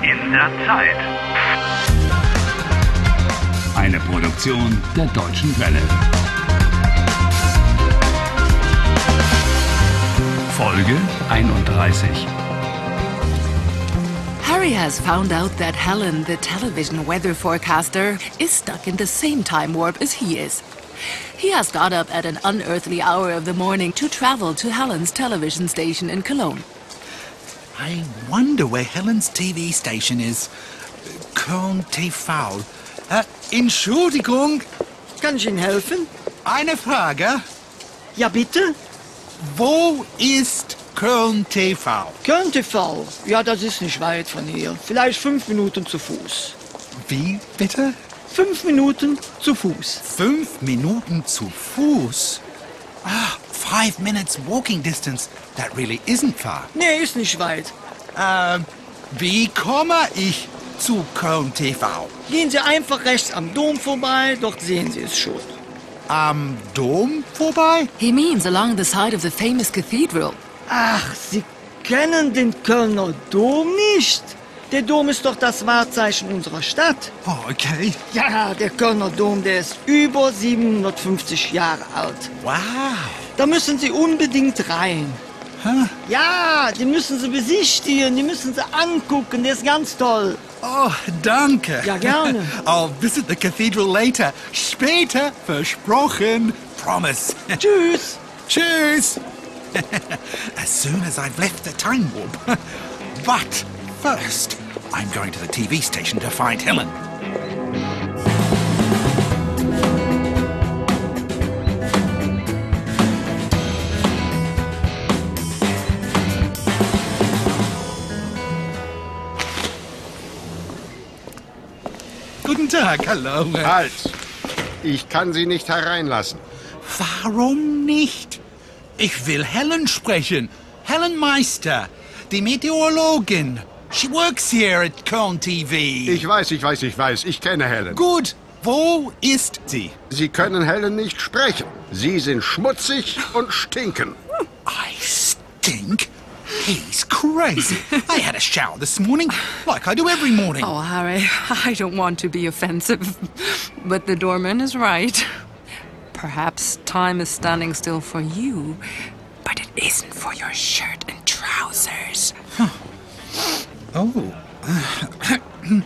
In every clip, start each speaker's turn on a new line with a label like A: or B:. A: jederzeit.
B: Eine Produktion der Deutschen Welle. Folge 31.
C: Harry has found out that Helen, the television weather forecaster, is stuck in the same time warp as he is. He has got up at an unearthly hour of the morning to travel to Helen's television station in Cologne.
D: I wonder where Helen's TV station is. Köln TV. Äh, Entschuldigung,
E: Kann ich Ihnen helfen?
D: eine Frage.
E: Ja, bitte?
D: Wo ist Köln TV?
E: Köln TV. Ja, das ist nicht weit von hier. Vielleicht fünf Minuten zu Fuß.
D: Wie bitte?
E: Fünf Minuten zu Fuß.
D: Fünf Minuten zu Fuß? Ah, five minutes walking distance. That really isn't far.
E: Nee, ist nicht weit.
D: Ähm, wie komme ich zu Köln TV?
E: Gehen Sie einfach rechts am Dom vorbei, dort sehen Sie es schon.
D: Am Dom vorbei?
C: He means along the side of the famous cathedral.
E: Ach, Sie kennen den Kölner Dom nicht? Der Dom ist doch das Wahrzeichen unserer Stadt.
D: Oh, okay.
E: Ja, der Kölner Dom, der ist über 750 Jahre alt.
D: Wow.
E: Da müssen Sie unbedingt rein.
D: Huh?
E: Ja, die müssen Sie besichtigen, die müssen Sie angucken, der ist ganz toll.
D: Oh, danke.
E: Ja, gerne.
D: I'll visit the cathedral later. Später versprochen. Promise.
E: Tschüss.
D: Tschüss. as soon as I've left the time warp. but first, I'm going to the TV station to find Helen. Guten Tag, hallo.
F: Halt! Ich kann Sie nicht hereinlassen.
D: Warum nicht? Ich will Helen sprechen. Helen Meister, die Meteorologin. She works here at Köln TV.
F: Ich weiß, ich weiß, ich weiß. Ich kenne Helen.
D: Gut, wo ist sie?
F: Sie können Helen nicht sprechen. Sie sind schmutzig und stinken.
D: I stink. He's crazy. I had a shower this morning, like I do every morning.
C: Oh, Harry, I don't want to be offensive, but the doorman is right. Perhaps time is standing still for you, but it isn't for your shirt and trousers.
D: Oh.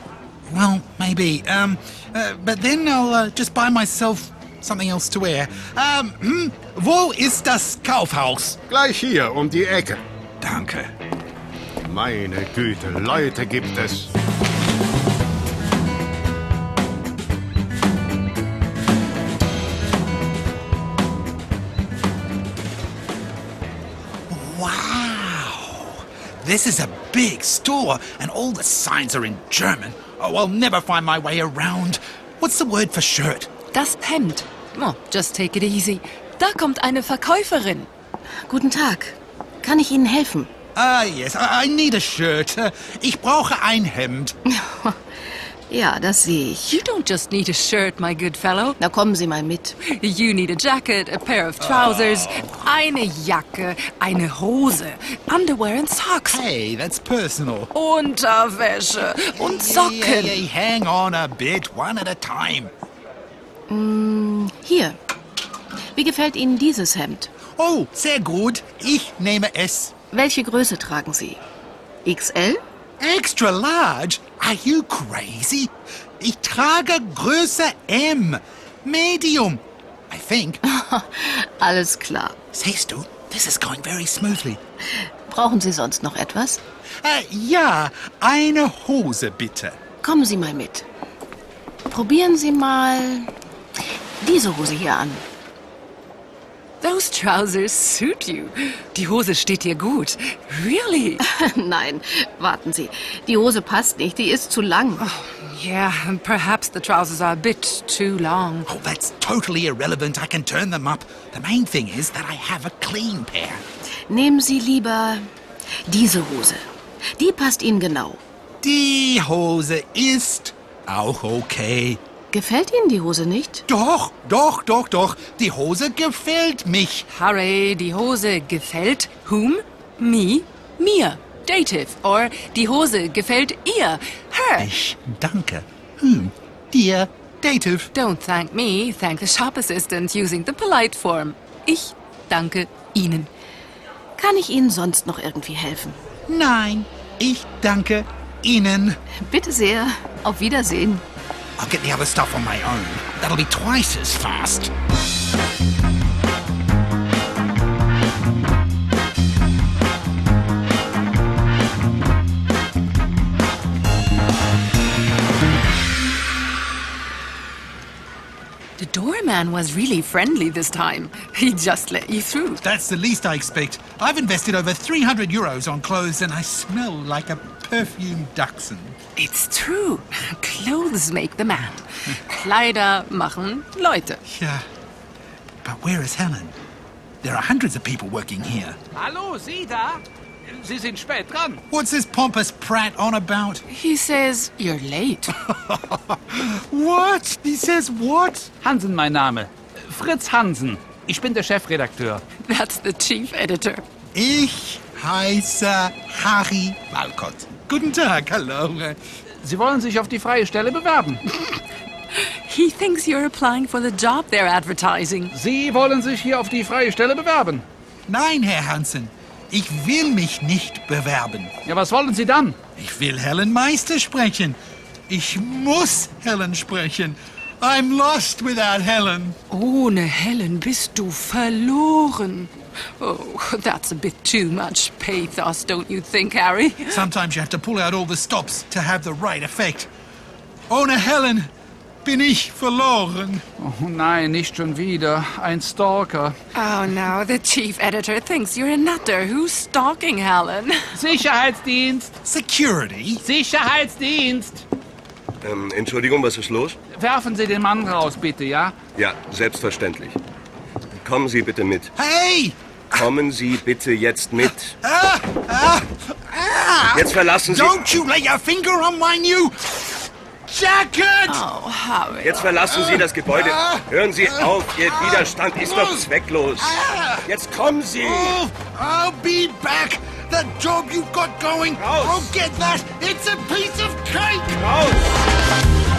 D: well, maybe. Um, uh, but then I'll uh, just buy myself something else to wear. Um, hmm, wo ist das Kaufhaus?
F: Gleich hier um die Ecke.
D: Danke.
F: Meine Güte, Leute gibt es.
D: Wow. This is a big store, and all the signs are in German. Oh, I'll never find my way around. What's the word for shirt?
C: Das Hemd. Oh, just take it easy. Da kommt eine Verkäuferin.
G: Guten Tag. Kann ich Ihnen helfen?
D: Ah, yes, I, I need a shirt. Uh, ich brauche ein Hemd.
G: Ja, das sehe ich.
C: You don't just need a shirt, my good fellow.
G: Na, kommen Sie mal mit.
C: You need a jacket, a pair of trousers, eine Jacke, eine Hose, underwear and socks.
D: Hey, that's personal.
C: Unterwäsche und Socken.
D: Hey, hey, hey, hang on a bit, one at a time.
G: Hier. Wie gefällt Ihnen dieses Hemd?
D: Oh, sehr gut. Ich nehme es.
G: Welche Größe tragen Sie? XL?
D: Extra large? Are you crazy? Ich trage Größe M. Medium. I think.
G: Alles klar.
D: Siehst du, this is going very smoothly.
G: Brauchen Sie sonst noch etwas?
D: Äh, ja, eine Hose bitte.
G: Kommen Sie mal mit. Probieren Sie mal diese Hose hier an.
C: Those trousers suit you. Die Hose steht dir gut. Really?
G: Nein, warten Sie. Die Hose passt nicht, die ist zu lang.
C: Yeah, and perhaps the trousers are a bit too long.
D: Oh, that's totally irrelevant. I can turn them up. The main thing is that I have a clean pair.
G: Nehmen Sie lieber diese Hose. Die passt Ihnen genau.
D: Die Hose ist auch okay.
G: Gefällt Ihnen die Hose nicht?
D: Doch, doch, doch, doch. Die Hose gefällt mich.
C: Harry, die Hose gefällt whom? Me? Mir. Dative or Die Hose gefällt ihr, her.
D: Ich danke. Whom? Dear Dative.
C: Don't thank me, thank the shop assistant using the polite form. Ich danke Ihnen.
G: Kann ich Ihnen sonst noch irgendwie helfen?
D: Nein, ich danke Ihnen.
G: Bitte sehr. Auf Wiedersehen.
D: I'll get the other stuff on my own. That'll be twice as fast.
C: The doorman was really friendly this time. He just let you through.
D: That's the least I expect. I've invested over 300 euros on clothes and I smell like a perfumed dachshund.
C: It's true. Clothes make the man. Kleider machen Leute.
D: Yeah. But where is Helen? There are hundreds of people working here.
A: Hallo, Sie da? Sie sind spät dran.
D: What's this pompous prat on about?
C: He says you're late.
D: What? He says what?
A: Hansen, mein Name. Fritz Hansen. Ich bin der Chefredakteur.
C: That's the chief editor.
D: Ich heiße Harry Walcott. Guten Tag, hallo.
A: Sie wollen sich auf die freie Stelle bewerben.
C: He thinks you're applying for the job they're advertising.
A: Sie wollen sich hier auf die freie Stelle bewerben.
D: Nein, Herr Hansen, ich will mich nicht bewerben.
A: Ja, was wollen Sie dann?
D: Ich will Helen Meister sprechen. Ich muss Helen sprechen. I'm lost without Helen.
C: Ohne Helen bist du verloren. Oh, that's a bit too much pathos, don't you think, Harry?
D: Sometimes you have to pull out all the stops to have the right effect. Ohne Helen bin ich verloren.
A: Oh nein, nicht schon wieder. Ein Stalker.
C: Oh, now the chief editor thinks you're a nutter who's stalking Helen.
A: Sicherheitsdienst!
D: Security?
A: Sicherheitsdienst!
H: Ähm, Entschuldigung, was ist los?
A: Werfen Sie den Mann raus, bitte, ja?
H: Ja, selbstverständlich. Kommen Sie bitte mit.
D: Hey!
H: Kommen Sie bitte jetzt mit.
D: Ah, ah, ah.
H: Jetzt verlassen Sie.
D: Don't you lay your finger on my new jacket!
C: Oh, Harry.
H: Jetzt verlassen Sie das Gebäude. Hören Sie auf, Ihr Widerstand ist doch zwecklos. Jetzt kommen Sie.
D: Move! Oh, I'll be back! The job you've got going,
H: Raus.
D: I'll get that! It's a piece of cake!
H: Raus!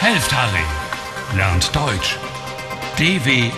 B: Helft Harry. Lernt Deutsch. dw.com/harry.